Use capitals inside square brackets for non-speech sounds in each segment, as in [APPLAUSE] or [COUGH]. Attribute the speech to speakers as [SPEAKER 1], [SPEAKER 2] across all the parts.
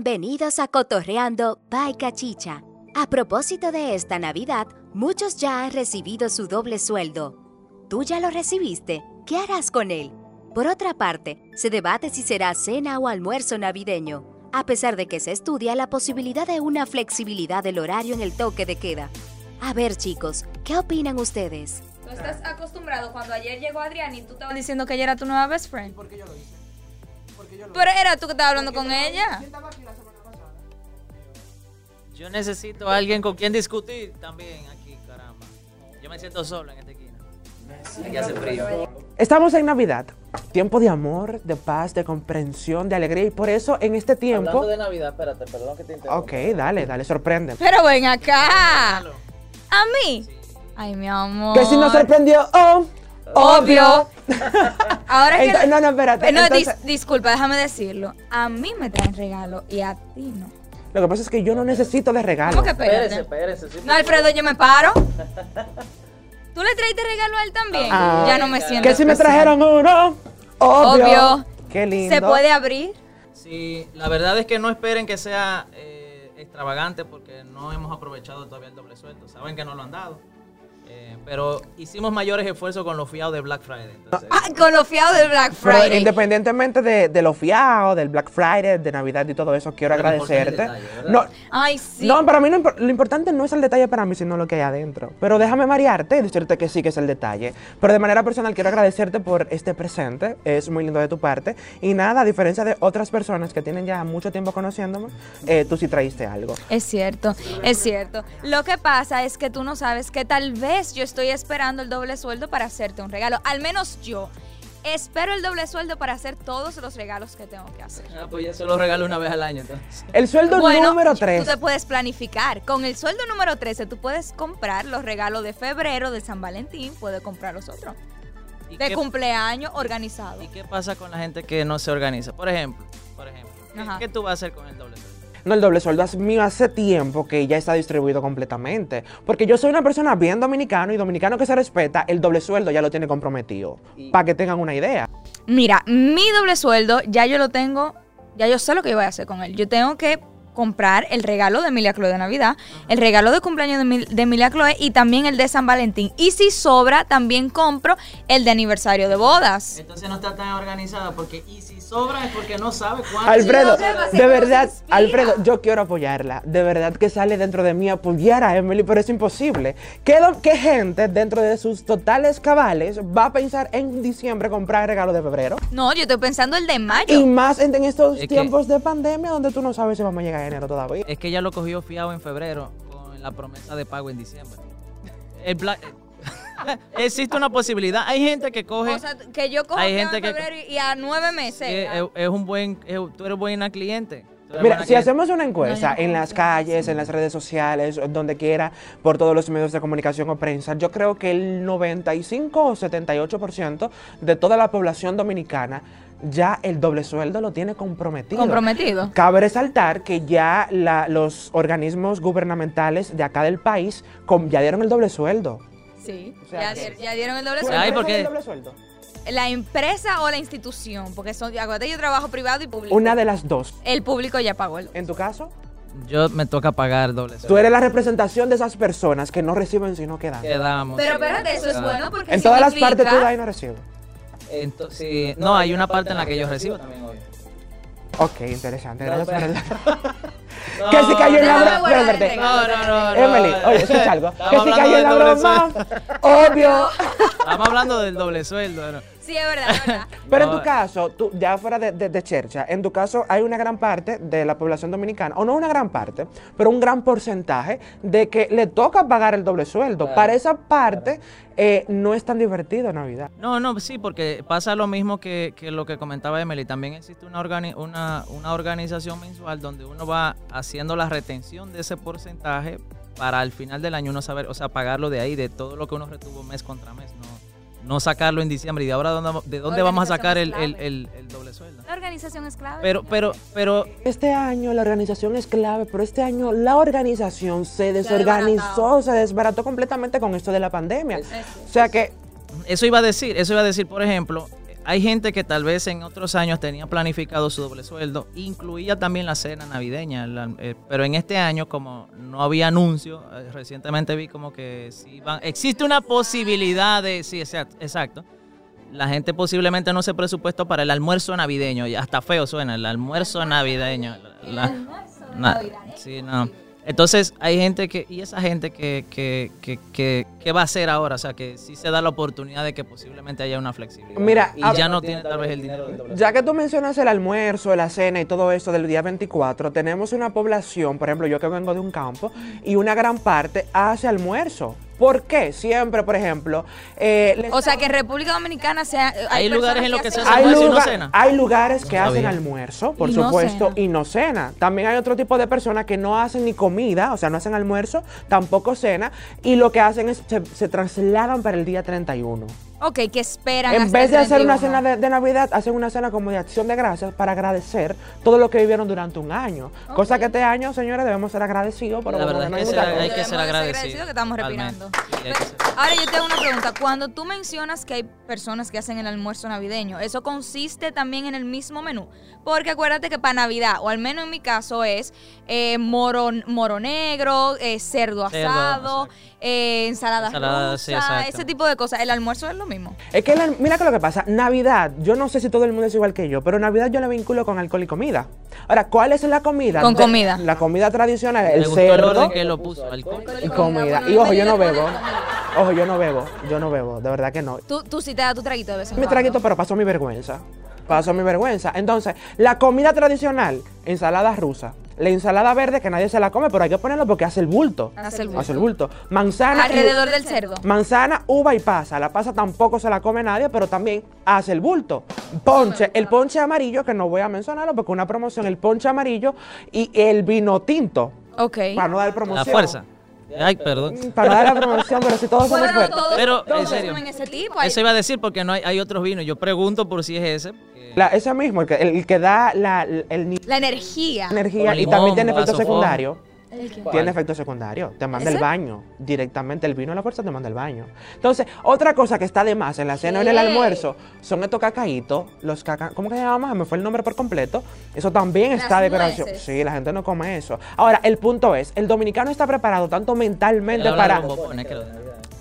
[SPEAKER 1] Bienvenidos a Cotorreando by Cachicha. A propósito de esta Navidad, muchos ya han recibido su doble sueldo. Tú ya lo recibiste. ¿Qué harás con él? Por otra parte, se debate si será cena o almuerzo navideño, a pesar de que se estudia la posibilidad de una flexibilidad del horario en el toque de queda. A ver chicos, ¿qué opinan ustedes?
[SPEAKER 2] Tú estás acostumbrado cuando ayer llegó Adrián y tú estabas diciendo que ella era tu nueva best friend.
[SPEAKER 3] Porque yo lo hice. Porque yo lo
[SPEAKER 2] Pero
[SPEAKER 3] hice.
[SPEAKER 2] era tú que estabas hablando
[SPEAKER 3] Porque
[SPEAKER 2] con
[SPEAKER 3] yo lo hice.
[SPEAKER 2] ella.
[SPEAKER 3] Yo estaba aquí la semana pasada.
[SPEAKER 4] Yo necesito a alguien con quien discutir también aquí, caramba. Yo me siento solo en esta esquina. Aquí hace frío.
[SPEAKER 5] Estamos en Navidad, tiempo de amor, de paz, de comprensión, de alegría y por eso en este tiempo...
[SPEAKER 6] Hablando de Navidad, espérate, perdón que te interrumpa.
[SPEAKER 5] Ok, dale, dale, sorprende.
[SPEAKER 2] Pero ven acá. ¿A mí? Ay, mi amor.
[SPEAKER 5] Que si nos sorprendió, oh, obvio.
[SPEAKER 2] Obvio. [LAUGHS] Ahora que...
[SPEAKER 5] Ento- no, no, espérate.
[SPEAKER 2] Eh, no, dis-
[SPEAKER 5] entonces-
[SPEAKER 2] disculpa, déjame decirlo. A mí me traen regalo y a ti no.
[SPEAKER 5] lo que pasa es que yo no necesito de regalo.
[SPEAKER 2] ¿Cómo que
[SPEAKER 6] Espérese,
[SPEAKER 2] espérate?
[SPEAKER 6] espérese. sí,
[SPEAKER 2] No, Alfredo, yo me paro. ¿Tú le traiste regalo a él también?
[SPEAKER 5] Ah.
[SPEAKER 2] ya no me siento.
[SPEAKER 5] Que si me
[SPEAKER 2] especial.
[SPEAKER 5] trajeron uno, obvio.
[SPEAKER 2] Obvio.
[SPEAKER 5] Qué lindo.
[SPEAKER 2] ¿Se puede abrir?
[SPEAKER 4] Sí, la verdad es que no esperen que sea eh, extravagante porque no hemos aprovechado todavía el doble sueldo. Saben que no lo han dado. Eh, pero hicimos mayores esfuerzos con los fiados de Black Friday. Entonces,
[SPEAKER 2] Ah, con los fiados del Black
[SPEAKER 5] Pero
[SPEAKER 2] Friday.
[SPEAKER 5] independientemente de, de lo fiado, del Black Friday, de Navidad y todo eso, quiero
[SPEAKER 4] Pero lo
[SPEAKER 5] agradecerte.
[SPEAKER 4] importante es el detalle,
[SPEAKER 5] no,
[SPEAKER 4] ¿verdad?
[SPEAKER 2] Ay, sí.
[SPEAKER 5] no, para mí no impor- lo importante no es el detalle para mí, sino lo que hay adentro. Pero déjame marearte y decirte que sí que es el detalle. Pero de manera personal quiero agradecerte por este presente, es muy lindo de tu parte. Y nada, a diferencia de otras personas que tienen ya mucho tiempo conociéndome, eh, tú sí traíste algo.
[SPEAKER 2] Es cierto, es cierto. Lo que pasa es que tú no sabes que tal vez yo estoy esperando el doble sueldo para hacerte un regalo. Al menos yo espero el doble sueldo para hacer todos los regalos que tengo que hacer.
[SPEAKER 4] Ah, pues yo solo regalo una vez al año entonces.
[SPEAKER 5] El sueldo número 3.
[SPEAKER 2] tú te puedes planificar. Con el sueldo número 13 tú puedes comprar los regalos de febrero, de San Valentín, puedes comprar los otros.
[SPEAKER 4] ¿Y
[SPEAKER 2] De
[SPEAKER 4] qué-
[SPEAKER 2] cumpleaños organizado.
[SPEAKER 4] ¿Y qué pasa con la gente que no se organiza? Por ejemplo, por ejemplo, ¿qué-
[SPEAKER 2] Ajá.
[SPEAKER 4] ¿qué tú vas a hacer con el doble sueldo?
[SPEAKER 5] No, el doble sueldo es mío hace tiempo que ya está distribuido completamente. Porque yo soy una persona bien dominicano y dominicano que se respeta, el doble sueldo ya lo tiene comprometido.
[SPEAKER 6] Y-
[SPEAKER 5] Para que tengan una idea.
[SPEAKER 2] Mira, mi doble sueldo ya yo lo tengo, ya yo sé lo que yo voy a hacer con él. Yo tengo que comprar el regalo de Emilia Chloe de Navidad, el regalo de cumpleaños de, Emil- de Emilia Chloe y también el de San Valentín. Y si sobra, también compro el de aniversario de bodas.
[SPEAKER 4] Entonces no está tan organizada porque y si sobra es porque no sabe cuánto.
[SPEAKER 5] Alfredo,
[SPEAKER 2] ¿qué pasa?
[SPEAKER 5] de
[SPEAKER 2] ¿Cómo se
[SPEAKER 5] verdad,
[SPEAKER 2] inspira?
[SPEAKER 5] Alfredo, yo quiero apoyarla. De verdad que sale dentro de mí apoyar a Emily, pero es imposible. ¿Qué, do- qué gente dentro de sus totales cabales va a pensar en diciembre comprar regalo de febrero?
[SPEAKER 2] No, yo estoy pensando el de
[SPEAKER 5] Y
[SPEAKER 2] mayo.
[SPEAKER 5] más en, en estos
[SPEAKER 4] Es que-
[SPEAKER 5] tiempos de pandemia donde tú no sabes si vamos a llegar a enero todavía.
[SPEAKER 4] Es que ella lo cogió fiado en febrero con la promesa de pago en diciembre. El Black- [LAUGHS] Existe una posibilidad. Hay gente que coge.
[SPEAKER 2] O sea, que yo cojo
[SPEAKER 4] Hay
[SPEAKER 2] que
[SPEAKER 4] gente
[SPEAKER 2] en
[SPEAKER 4] que-
[SPEAKER 2] febrero y- y a nueve
[SPEAKER 4] Sí,
[SPEAKER 2] meses.
[SPEAKER 4] es, es un buen. es- tú eres buena cliente. Tú eres
[SPEAKER 5] Mira,
[SPEAKER 4] buena
[SPEAKER 5] si
[SPEAKER 4] cliente.
[SPEAKER 5] hacemos una encuesta en las calles, en las redes sociales, donde quiera, por todos los medios de comunicación o prensa, yo creo que el 95 o 78% de toda la población dominicana ya el doble sueldo lo tiene comprometido.
[SPEAKER 2] Comprometido.
[SPEAKER 5] Cabe resaltar que ya la- los organismos gubernamentales de acá del país com- ya dieron el doble sueldo.
[SPEAKER 2] Sí.
[SPEAKER 5] O sea,
[SPEAKER 2] Ya,
[SPEAKER 5] que-
[SPEAKER 2] di- ya dieron el doble
[SPEAKER 5] ¿Tu
[SPEAKER 2] sueldo.
[SPEAKER 4] Ay,
[SPEAKER 5] empresa
[SPEAKER 4] porque-
[SPEAKER 5] da el doble sueldo?
[SPEAKER 2] La empresa o la institución, porque son, acuérdate, yo trabajo privado y público.
[SPEAKER 5] Una de las dos.
[SPEAKER 2] El público ya pagó el
[SPEAKER 5] En tu caso,
[SPEAKER 4] Yo me toca pagar doble.
[SPEAKER 5] tú eres la representación de esas personas que no reciben sino que dan.
[SPEAKER 4] Quedamos. Ah,
[SPEAKER 2] Pero espérate, eso es bueno porque
[SPEAKER 5] En todas las
[SPEAKER 2] significa-
[SPEAKER 5] partes tú das y no recibes.
[SPEAKER 6] Ento-
[SPEAKER 4] Entonces,
[SPEAKER 6] sí,
[SPEAKER 4] no, hay una parte en la que yo recibo
[SPEAKER 6] también, obvio.
[SPEAKER 5] Ok, interesante.
[SPEAKER 6] No,
[SPEAKER 5] Gracias por el...
[SPEAKER 4] No,
[SPEAKER 5] Que si cayó en la
[SPEAKER 2] no,
[SPEAKER 5] broma.
[SPEAKER 2] no, bueno,
[SPEAKER 5] espérate,
[SPEAKER 2] venga.
[SPEAKER 4] No, no, no. no.
[SPEAKER 5] Emily, oye, escucha algo.
[SPEAKER 4] Estamos
[SPEAKER 5] Que si
[SPEAKER 4] hablando
[SPEAKER 5] cayó en
[SPEAKER 4] del
[SPEAKER 5] la
[SPEAKER 4] doble
[SPEAKER 5] broma.
[SPEAKER 4] sueldo.
[SPEAKER 5] Obvio.
[SPEAKER 4] Estamos hablando del doble sueldo. ¿no?
[SPEAKER 2] Sí, es verdad, es verdad.
[SPEAKER 5] Pero en
[SPEAKER 4] No.
[SPEAKER 5] tu caso, tú, ya fuera de, de, de chercha, en tu caso hay una gran parte de la población dominicana, o no una gran parte, pero un gran porcentaje de que le toca pagar el doble sueldo.
[SPEAKER 6] Claro,
[SPEAKER 5] Para esa parte eh, no es tan divertido Navidad.
[SPEAKER 4] No, no, sí, porque pasa lo mismo que, que lo que comentaba Emily. También existe una, organi- una, una organización mensual donde uno va haciendo la retención de ese porcentaje para al final del año uno saber, o sea, pagarlo de ahí, de todo lo que uno retuvo mes contra mes, no, no sacarlo en diciembre. ¿Y de ahora dónde, de dónde vamos a sacar el, el- el- el doble sueldo?
[SPEAKER 2] La organización es clave.
[SPEAKER 4] Pero, pero, pero,
[SPEAKER 5] Este año la organización es clave, pero este año la organización se desorganizó, se desbarató
[SPEAKER 2] Este.
[SPEAKER 5] completamente con esto de la pandemia.
[SPEAKER 6] Es-
[SPEAKER 5] O sea que
[SPEAKER 4] eso iba a decir, eso iba a decir, por ejemplo, hay gente que tal vez en otros años tenía planificado su doble sueldo, incluía también la cena navideña, la- eh, pero en este año como no había anuncio, eh, recientemente vi como que si van, existe una posibilidad de, sí, exacto, exacto, la gente posiblemente no se presupuestó para el almuerzo navideño, y hasta feo suena, el almuerzo navideño. La- la- na- sí, no. Entonces hay gente que, y esa gente que, que, que, que, que va a hacer ahora, o sea, que sí se da la oportunidad de que posiblemente haya una flexibilidad.
[SPEAKER 5] Mira,
[SPEAKER 4] y
[SPEAKER 5] ah,
[SPEAKER 4] ya no tiene tal vez el dinero.
[SPEAKER 6] del doble
[SPEAKER 5] Ya que tú mencionas el almuerzo, la cena y todo eso del día 24, tenemos una población, por ejemplo, yo que vengo de un campo, y una gran parte hace almuerzo. ¿Por qué? Siempre, por ejemplo, eh, les-
[SPEAKER 2] O sea, que en República Dominicana sea,
[SPEAKER 4] Hay lugares
[SPEAKER 2] personas
[SPEAKER 4] en los que se
[SPEAKER 2] hacen
[SPEAKER 4] hace
[SPEAKER 5] hay,
[SPEAKER 4] almuerzo y no
[SPEAKER 5] lugar-
[SPEAKER 4] cena.
[SPEAKER 5] hay lugares que hacen
[SPEAKER 4] sabía.
[SPEAKER 5] almuerzo, por
[SPEAKER 2] Y no
[SPEAKER 5] supuesto,
[SPEAKER 2] cena.
[SPEAKER 5] y no cena. También hay otro tipo de personas que no hacen ni comida, o sea, no hacen almuerzo, tampoco cena, y lo que hacen es se, se trasladan para el día 31.
[SPEAKER 2] Ok, que esperan.
[SPEAKER 5] En
[SPEAKER 2] hasta
[SPEAKER 5] vez
[SPEAKER 2] el
[SPEAKER 5] de hacer una
[SPEAKER 2] 31.
[SPEAKER 5] cena de, de Navidad, hacen una cena como de acción de gracias para agradecer todo lo que vivieron durante un año. Cosa que este año, señores, debemos ser agradecidos. Pero
[SPEAKER 4] La
[SPEAKER 5] como
[SPEAKER 4] verdad
[SPEAKER 5] no
[SPEAKER 4] es que
[SPEAKER 5] mucha
[SPEAKER 4] será-
[SPEAKER 5] cosa.
[SPEAKER 4] hay que ser
[SPEAKER 2] Debemos de
[SPEAKER 4] agradecidos,
[SPEAKER 2] que estamos
[SPEAKER 4] totalmente.
[SPEAKER 2] respirando.
[SPEAKER 4] Sí, hay que ser-
[SPEAKER 2] Ahora yo tengo una pregunta. Cuando tú mencionas que hay personas que hacen el almuerzo navideño, ¿eso consiste también en el mismo menú? Porque acuérdate que para Navidad, o al menos en mi caso, es eh, moro, moro negro, eh, cerdo,
[SPEAKER 4] Cerdo,
[SPEAKER 2] asado, eh, ensalada,
[SPEAKER 4] Ensalada, sí,
[SPEAKER 2] rusa,
[SPEAKER 4] exacto.
[SPEAKER 2] ese tipo de cosas. ¿El almuerzo es lo mismo?
[SPEAKER 5] Es que la- mira que lo que pasa, Navidad, yo no sé si todo el mundo es igual que yo, pero Navidad yo la vinculo con alcohol y comida. Ahora, ¿cuál es la comida?
[SPEAKER 2] Con
[SPEAKER 5] de-
[SPEAKER 2] comida.
[SPEAKER 5] La comida tradicional,
[SPEAKER 4] Me
[SPEAKER 5] el
[SPEAKER 4] gustó el orden
[SPEAKER 5] cerdo
[SPEAKER 4] que lo puso, alcohol.
[SPEAKER 5] y comida. Y ojo, yo no bebo. Ojo, yo no bebo, yo no bebo, de verdad que no.
[SPEAKER 2] Tú, tú sí te das tu traguito de vez en
[SPEAKER 5] mi
[SPEAKER 2] cuando.
[SPEAKER 5] traguito, pero pasó mi vergüenza. Pasó mi vergüenza. Entonces, la comida tradicional, ensalada rusa. La ensalada verde que nadie se la come, pero hay que ponerlo porque hace el bulto.
[SPEAKER 2] Hace Ah, el
[SPEAKER 5] Hace el bulto. Manzana. y-
[SPEAKER 2] Alrededor del cerdo.
[SPEAKER 5] Manzana, uva y pasa. La pasa tampoco se la come nadie, pero también hace el bulto. Ponche, el ponche amarillo, que no voy a mencionarlo porque es una promoción, el ponche amarillo y el vino tinto.
[SPEAKER 2] Ok.
[SPEAKER 5] Para no dar
[SPEAKER 4] La
[SPEAKER 5] promoción.
[SPEAKER 4] fuerza. Ay, perdón.
[SPEAKER 5] Para no dar la promoción, pero si todos somos
[SPEAKER 2] Bueno, no,
[SPEAKER 5] fuertes.
[SPEAKER 2] todos,
[SPEAKER 4] Pero, en
[SPEAKER 2] todos
[SPEAKER 4] serio,
[SPEAKER 2] comen ese tipo. Hay-
[SPEAKER 4] Eso iba a decir porque no hay, hay otros vinos. Yo pregunto por si es ese. porque-
[SPEAKER 5] La- ese mismo, el que, el que da la, el nivel
[SPEAKER 2] La energía.
[SPEAKER 5] de energía
[SPEAKER 4] Con
[SPEAKER 5] y también
[SPEAKER 4] limón,
[SPEAKER 5] tiene efecto
[SPEAKER 4] vasofón.
[SPEAKER 5] secundario.
[SPEAKER 6] ¿Cuál?
[SPEAKER 5] Tiene efecto secundario. Te manda el
[SPEAKER 2] ¿Ese?
[SPEAKER 5] baño. Directamente el vino a la fuerza te manda el baño. Entonces, otra cosa que está de más en la cena o en el
[SPEAKER 2] ¿Qué?
[SPEAKER 5] almuerzo son estos cacaitos. Los caca, ¿Cómo que se llama? Me fue el nombre por completo. Eso también
[SPEAKER 2] Las
[SPEAKER 5] está de decoración.
[SPEAKER 2] nueces.
[SPEAKER 5] Sí, la gente no come eso. Ahora, el punto es, el dominicano está preparado tanto mentalmente
[SPEAKER 4] Ahora
[SPEAKER 5] para.
[SPEAKER 4] los bombones, creo.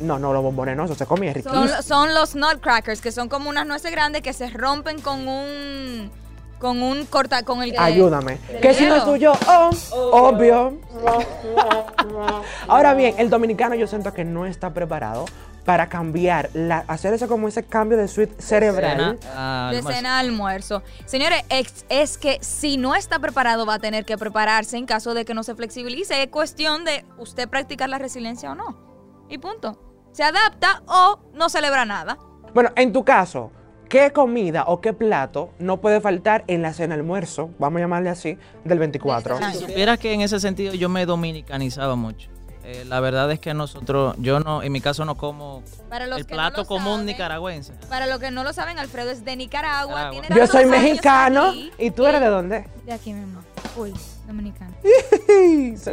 [SPEAKER 5] No, no, los bombones no, eso se comía, es riquísimo.
[SPEAKER 2] Son, lo- son los nutcrackers, que son como unas nueces grandes que se rompen con un. con un corta. con el. eh, que-
[SPEAKER 5] Ayúdame. Que si no es
[SPEAKER 2] dedo.
[SPEAKER 5] tuyo, oh, obvio. [LAUGHS] Ahora bien, el dominicano yo siento que no está preparado para cambiar, la, hacer eso como ese cambio de suite cerebral.
[SPEAKER 4] Cena, ah,
[SPEAKER 2] De
[SPEAKER 4] almuerzo.
[SPEAKER 2] cena a almuerzo. Señores, es, es que si no está preparado, va a tener que prepararse en caso de que no se flexibilice. Es cuestión de usted practicar la resiliencia o no. Y punto. Se adapta o no celebra nada.
[SPEAKER 5] Bueno, en tu caso, ¿qué comida o qué plato no puede faltar en la cena almuerzo, vamos a llamarle así, del 24?
[SPEAKER 2] Del
[SPEAKER 4] Si supieras que en ese sentido yo me dominicanizaba mucho. Eh, la verdad es que nosotros, yo no, en mi caso no como
[SPEAKER 2] Para los
[SPEAKER 4] el
[SPEAKER 2] que no lo
[SPEAKER 4] plato común
[SPEAKER 2] saben,
[SPEAKER 4] nicaragüense.
[SPEAKER 2] Para los que no lo saben, Alfredo es de Nicaragua.
[SPEAKER 4] Nicaragua.
[SPEAKER 2] tiene
[SPEAKER 5] Yo
[SPEAKER 2] tantos
[SPEAKER 5] soy
[SPEAKER 2] años
[SPEAKER 5] mexicano
[SPEAKER 2] aquí.
[SPEAKER 5] y tú eres de dónde? [LAUGHS]
[SPEAKER 2] De aquí mismo. Uy, dominicano.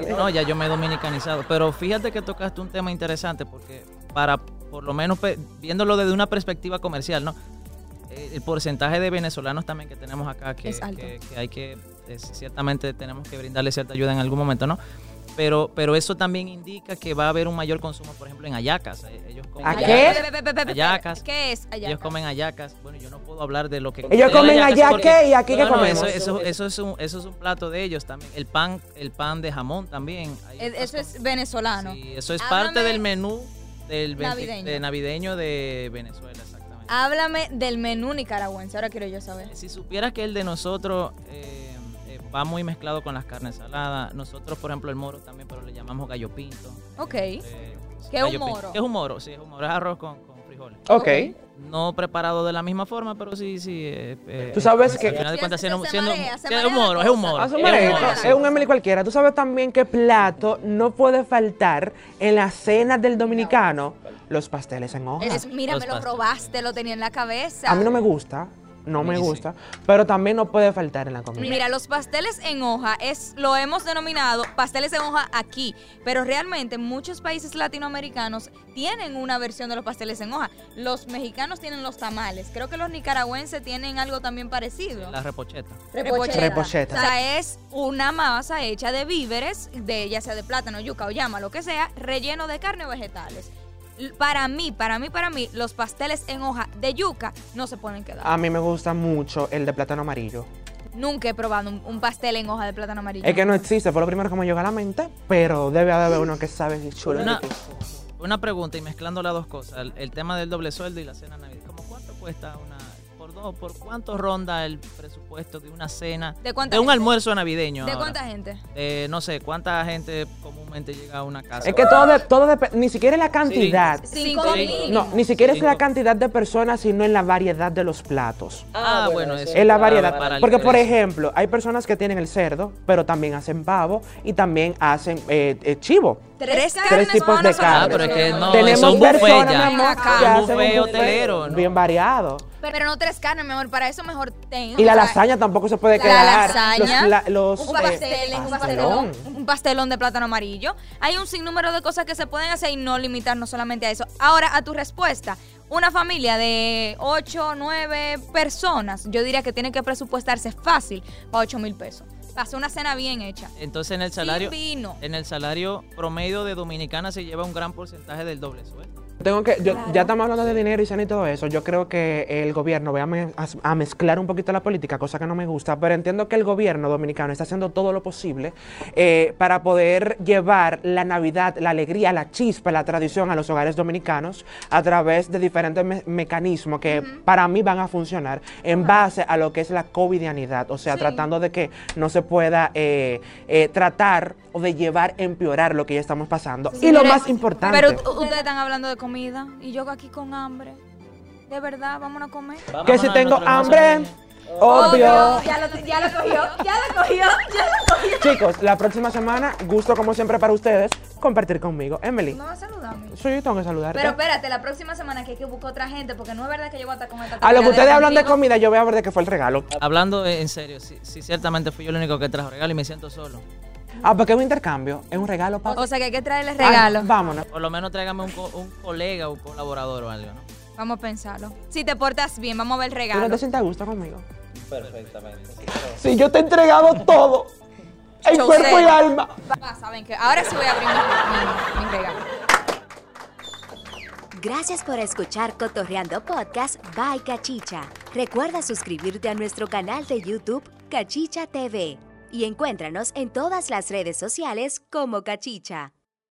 [SPEAKER 4] No, ya yo me he dominicanizado. Pero fíjate que tocaste un tema interesante porque para, por lo menos pe- viéndolo desde una perspectiva comercial, ¿no? Eh, El porcentaje de venezolanos también que tenemos acá, que,
[SPEAKER 2] Es alto.
[SPEAKER 4] que- que hay que, es- ciertamente tenemos que brindarle cierta ayuda en algún momento, ¿no? Pero, pero eso también indica que va a haber un mayor consumo, por ejemplo, en ayacas. Eh, Ellos comen
[SPEAKER 5] ¿A
[SPEAKER 4] hallacas.
[SPEAKER 5] qué?
[SPEAKER 2] Pe- pe- pe- pe- pe-
[SPEAKER 4] Hallacas.
[SPEAKER 2] ¿Qué es
[SPEAKER 4] Ellos
[SPEAKER 2] hallacas?
[SPEAKER 4] comen ayacas. Bueno, yo no puedo hablar de lo que
[SPEAKER 5] Ellos
[SPEAKER 4] de
[SPEAKER 5] comen
[SPEAKER 4] hallacas
[SPEAKER 5] hallaque
[SPEAKER 4] porque-
[SPEAKER 5] y aquí que
[SPEAKER 4] No, no,
[SPEAKER 5] comemos.
[SPEAKER 4] Eso, eso- eso es un, eso es un plato de ellos también. El pan, el pan de jamón también. Hay
[SPEAKER 2] Es-
[SPEAKER 4] otras
[SPEAKER 2] Eh, E, Eso
[SPEAKER 4] cosas.
[SPEAKER 2] es venezolano.
[SPEAKER 4] Sí, eso es
[SPEAKER 2] Ah, Háblame-
[SPEAKER 4] parte del menú del veinti-
[SPEAKER 2] Navideño. Ah.
[SPEAKER 4] de navideño de Venezuela, exactamente.
[SPEAKER 2] Háblame del menú nicaragüense. Ahora quiero yo saber.
[SPEAKER 4] Si supieras que el de nosotros eh, eh, va muy mezclado con las carnes saladas, nosotros, por ejemplo, el moro también, pero le llamamos gallo pinto.
[SPEAKER 2] Ok.
[SPEAKER 4] Eh,
[SPEAKER 2] ¿Qué es un
[SPEAKER 4] gallo pinto.
[SPEAKER 2] moro?
[SPEAKER 4] ¿Qué es un moro? Sí, es un moro, es arroz con, con frijoles.
[SPEAKER 5] Ok.
[SPEAKER 4] No preparado de la misma forma, pero sí, sí. eh, eh,
[SPEAKER 5] Tú sabes
[SPEAKER 4] al
[SPEAKER 5] que-
[SPEAKER 4] final de cuentas,
[SPEAKER 2] Se- se-
[SPEAKER 4] siendo-
[SPEAKER 2] se
[SPEAKER 4] siendo-
[SPEAKER 2] marea, se
[SPEAKER 4] sí, es
[SPEAKER 2] marea
[SPEAKER 4] un
[SPEAKER 2] la
[SPEAKER 4] moro, es un
[SPEAKER 2] cosa.
[SPEAKER 4] moro.
[SPEAKER 5] Ah, su
[SPEAKER 4] es un
[SPEAKER 5] madre,
[SPEAKER 4] moro,
[SPEAKER 5] no,
[SPEAKER 4] sí.
[SPEAKER 5] es un Emily cualquiera. Tú sabes también qué plato no puede faltar en la cena del dominicano. Los pasteles en hoja.
[SPEAKER 2] Es- mira,
[SPEAKER 4] Los
[SPEAKER 2] me lo
[SPEAKER 4] pastos.
[SPEAKER 2] probaste, lo tenía en la cabeza.
[SPEAKER 5] A mí no me gusta. no me
[SPEAKER 4] Sí, sí.
[SPEAKER 5] gusta, pero también no puede faltar en la comida.
[SPEAKER 2] Mira, los pasteles en hoja es lo hemos denominado pasteles en hoja aquí, pero realmente muchos países latinoamericanos tienen una versión de los pasteles en hoja. Los mexicanos tienen los tamales, creo que los nicaragüenses tienen algo también parecido.
[SPEAKER 4] La repocheta.
[SPEAKER 2] Repocheta.
[SPEAKER 5] Repocheta.
[SPEAKER 2] O sea, es una masa hecha de víveres, de ya sea de plátano, yuca o llama, lo que sea, relleno de carne o vegetales. L- Para mí, para mí, para mí, los pasteles en hoja de yuca no se pueden quedar.
[SPEAKER 5] A mí me gusta mucho el de plátano amarillo.
[SPEAKER 2] Nunca he probado un, un pastel en hoja de plátano amarillo.
[SPEAKER 5] Es que no existe, fue lo primero que me llegó a la mente, pero debe haber uno que sabe si es chulo.
[SPEAKER 4] Una, una pregunta y mezclando las dos cosas, el, el tema del doble sueldo y la cena navideña. ¿Cómo cuánto cuesta una por dos, por cuánto ronda el presupuesto de una cena,
[SPEAKER 2] ¿De cuánta
[SPEAKER 4] de un
[SPEAKER 2] gente?
[SPEAKER 4] almuerzo navideño?
[SPEAKER 2] ¿De
[SPEAKER 4] ahora?
[SPEAKER 2] cuánta gente?
[SPEAKER 4] Eh, no sé, ¿cuánta gente comúnmente llega a una casa?
[SPEAKER 5] Es que todo, de- todo depende, ni siquiera es la cantidad.
[SPEAKER 2] Cinco
[SPEAKER 4] Cinco.
[SPEAKER 2] mil.
[SPEAKER 5] No, ni siquiera es
[SPEAKER 4] Cinco.
[SPEAKER 5] la cantidad de personas, sino en la variedad de los platos.
[SPEAKER 4] Ah, bueno, eso.
[SPEAKER 5] Es la
[SPEAKER 4] Ah,
[SPEAKER 5] variedad.
[SPEAKER 4] para el
[SPEAKER 5] Porque, por
[SPEAKER 4] precio.
[SPEAKER 5] ejemplo, hay personas que tienen el cerdo, pero también hacen pavo y también hacen eh, eh, chivo.
[SPEAKER 2] Tres,
[SPEAKER 5] Tres tipos de
[SPEAKER 2] vámonos a
[SPEAKER 5] carne.
[SPEAKER 4] Ah, pero es que no,
[SPEAKER 5] Tenemos
[SPEAKER 4] son buffet
[SPEAKER 5] personas,
[SPEAKER 4] ya.
[SPEAKER 5] mi amor,
[SPEAKER 2] Acá.
[SPEAKER 5] que
[SPEAKER 2] Un
[SPEAKER 5] hacen
[SPEAKER 4] buffet
[SPEAKER 5] buffet
[SPEAKER 4] hotelero, ¿no?
[SPEAKER 5] Bien variado.
[SPEAKER 2] Pero no tres carnes, mi amor. Para eso mejor tengo.
[SPEAKER 5] Y la lasaña tampoco se puede
[SPEAKER 2] La
[SPEAKER 5] quedar.
[SPEAKER 2] lasaña,
[SPEAKER 5] Los, la- los,
[SPEAKER 2] un
[SPEAKER 5] eh,
[SPEAKER 2] pastel, un
[SPEAKER 5] pastelón.
[SPEAKER 2] pastelón, un pastelón de plátano amarillo. Hay un sinnúmero de cosas que se pueden hacer y no limitarnos solamente a eso. Ahora, a tu respuesta. Una familia de 8 o 9 personas, yo diría que tiene que presupuestarse fácil para 8 mil pesos. Para hacer una cena bien hecha.
[SPEAKER 4] Entonces en el salario,
[SPEAKER 2] Sin vino.
[SPEAKER 4] en el salario promedio de dominicana se lleva un gran porcentaje del doble sueldo.
[SPEAKER 5] Tengo que, yo- ya estamos hablando de dinero y cena y todo eso. Yo creo que el gobierno va a, me- a s- a mezclar un poquito la política, cosa que no me gusta, pero entiendo que el gobierno dominicano está haciendo todo lo posible eh, para poder llevar la Navidad, la alegría, la chispa, la tradición a los hogares dominicanos a través de diferentes me- mecanismos que para mí van a funcionar en base a lo que es la covidianidad, o sea, tratando de que no se pueda eh, eh, tratar o de llevar, empeorar lo que ya estamos pasando. y lo
[SPEAKER 2] Señores,
[SPEAKER 5] más importante.
[SPEAKER 2] Pero u- ustedes están hablando de comida y yo aquí con hambre. De verdad, vámonos a comer.
[SPEAKER 5] Que
[SPEAKER 4] Vámonos
[SPEAKER 5] si
[SPEAKER 4] a
[SPEAKER 5] tengo
[SPEAKER 4] nuestro almuerzo
[SPEAKER 5] hambre,
[SPEAKER 4] navideño.
[SPEAKER 5] obvio.
[SPEAKER 2] ya, lo, ya lo cogió, ya lo cogió, ya lo cogió.
[SPEAKER 5] Chicos, la próxima semana, gusto como siempre para ustedes, compartir conmigo. Emily,
[SPEAKER 2] No va a saludarme.
[SPEAKER 5] sí, tengo que saludarte.
[SPEAKER 2] Pero espérate, la próxima semana que hay que buscar otra gente, porque no es verdad que yo voy a estar con esta
[SPEAKER 5] a lo que
[SPEAKER 2] tiradera
[SPEAKER 5] ustedes hablan de
[SPEAKER 2] contigo.
[SPEAKER 5] comida, yo voy a ver de qué fue el regalo.
[SPEAKER 4] Hablando en serio, sí, sí, ciertamente fui yo el único que trajo regalo y me siento solo.
[SPEAKER 5] Ah, porque es un intercambio, es un regalo para...
[SPEAKER 2] O sea que hay que traerles regalos.
[SPEAKER 5] vámonos.
[SPEAKER 4] Por lo menos tráigame un, co- un colega o un colaborador o algo, ¿no?
[SPEAKER 2] Vamos a pensarlo. Si te portas bien, vamos a ver el
[SPEAKER 5] ¿Tú no
[SPEAKER 2] regalo.
[SPEAKER 5] te sientes a gusto conmigo?
[SPEAKER 6] Perfectamente.
[SPEAKER 5] Si yo te he entregado todo, el
[SPEAKER 2] Yo
[SPEAKER 5] cuerpo
[SPEAKER 2] sé.
[SPEAKER 5] y alma.
[SPEAKER 2] Va, saben que ahora sí voy a abrir mi, mi- mi regalo.
[SPEAKER 1] Gracias por escuchar Cotorreando Podcast by Cachicha. Recuerda suscribirte a nuestro canal de YouTube Cachicha TV y encuéntranos en todas las redes sociales como Cachicha.